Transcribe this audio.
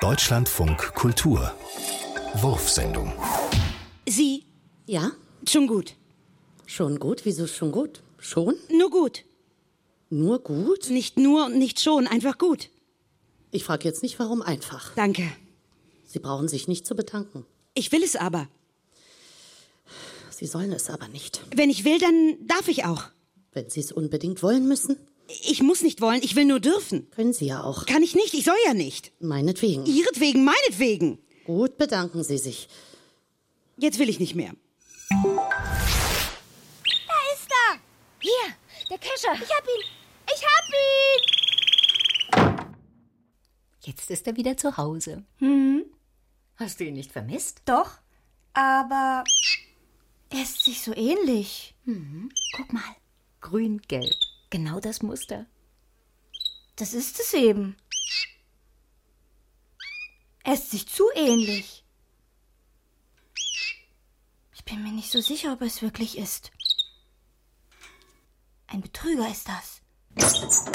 Deutschlandfunk Kultur. Wurfsendung. Sie, Ja, schon gut. schon gut. Wieso schon gut? Schon? Nur gut. Nur gut? Nicht nur und nicht schon, einfach gut. Ich frage jetzt nicht, warum einfach. Danke. Sie brauchen sich nicht zu bedanken. Ich will es aber. Sie sollen es aber nicht. Wenn ich will, dann darf ich auch. Wenn Sie es unbedingt wollen müssen, Ich muss nicht wollen, ich will nur dürfen. können Sie ja auch. Kann ich nicht, ich soll ja nicht. Meinetwegen. Ihretwegen, meinetwegen. Gut bedanken Sie sich. Jetzt will ich nicht mehr. Da ist er! Hier, der Kescher. Ich hab ihn! Ich hab ihn! Jetzt ist er wieder zu Hause. Hm? Hast du ihn nicht vermisst? Doch, aber er ist sich so ähnlich. Guck mal. Grün-gelb. Genau das Muster. Das ist es eben. Er ist sich zu ähnlich. Ich bin mir nicht so sicher, ob er es wirklich ist. Ein Betrüger ist das.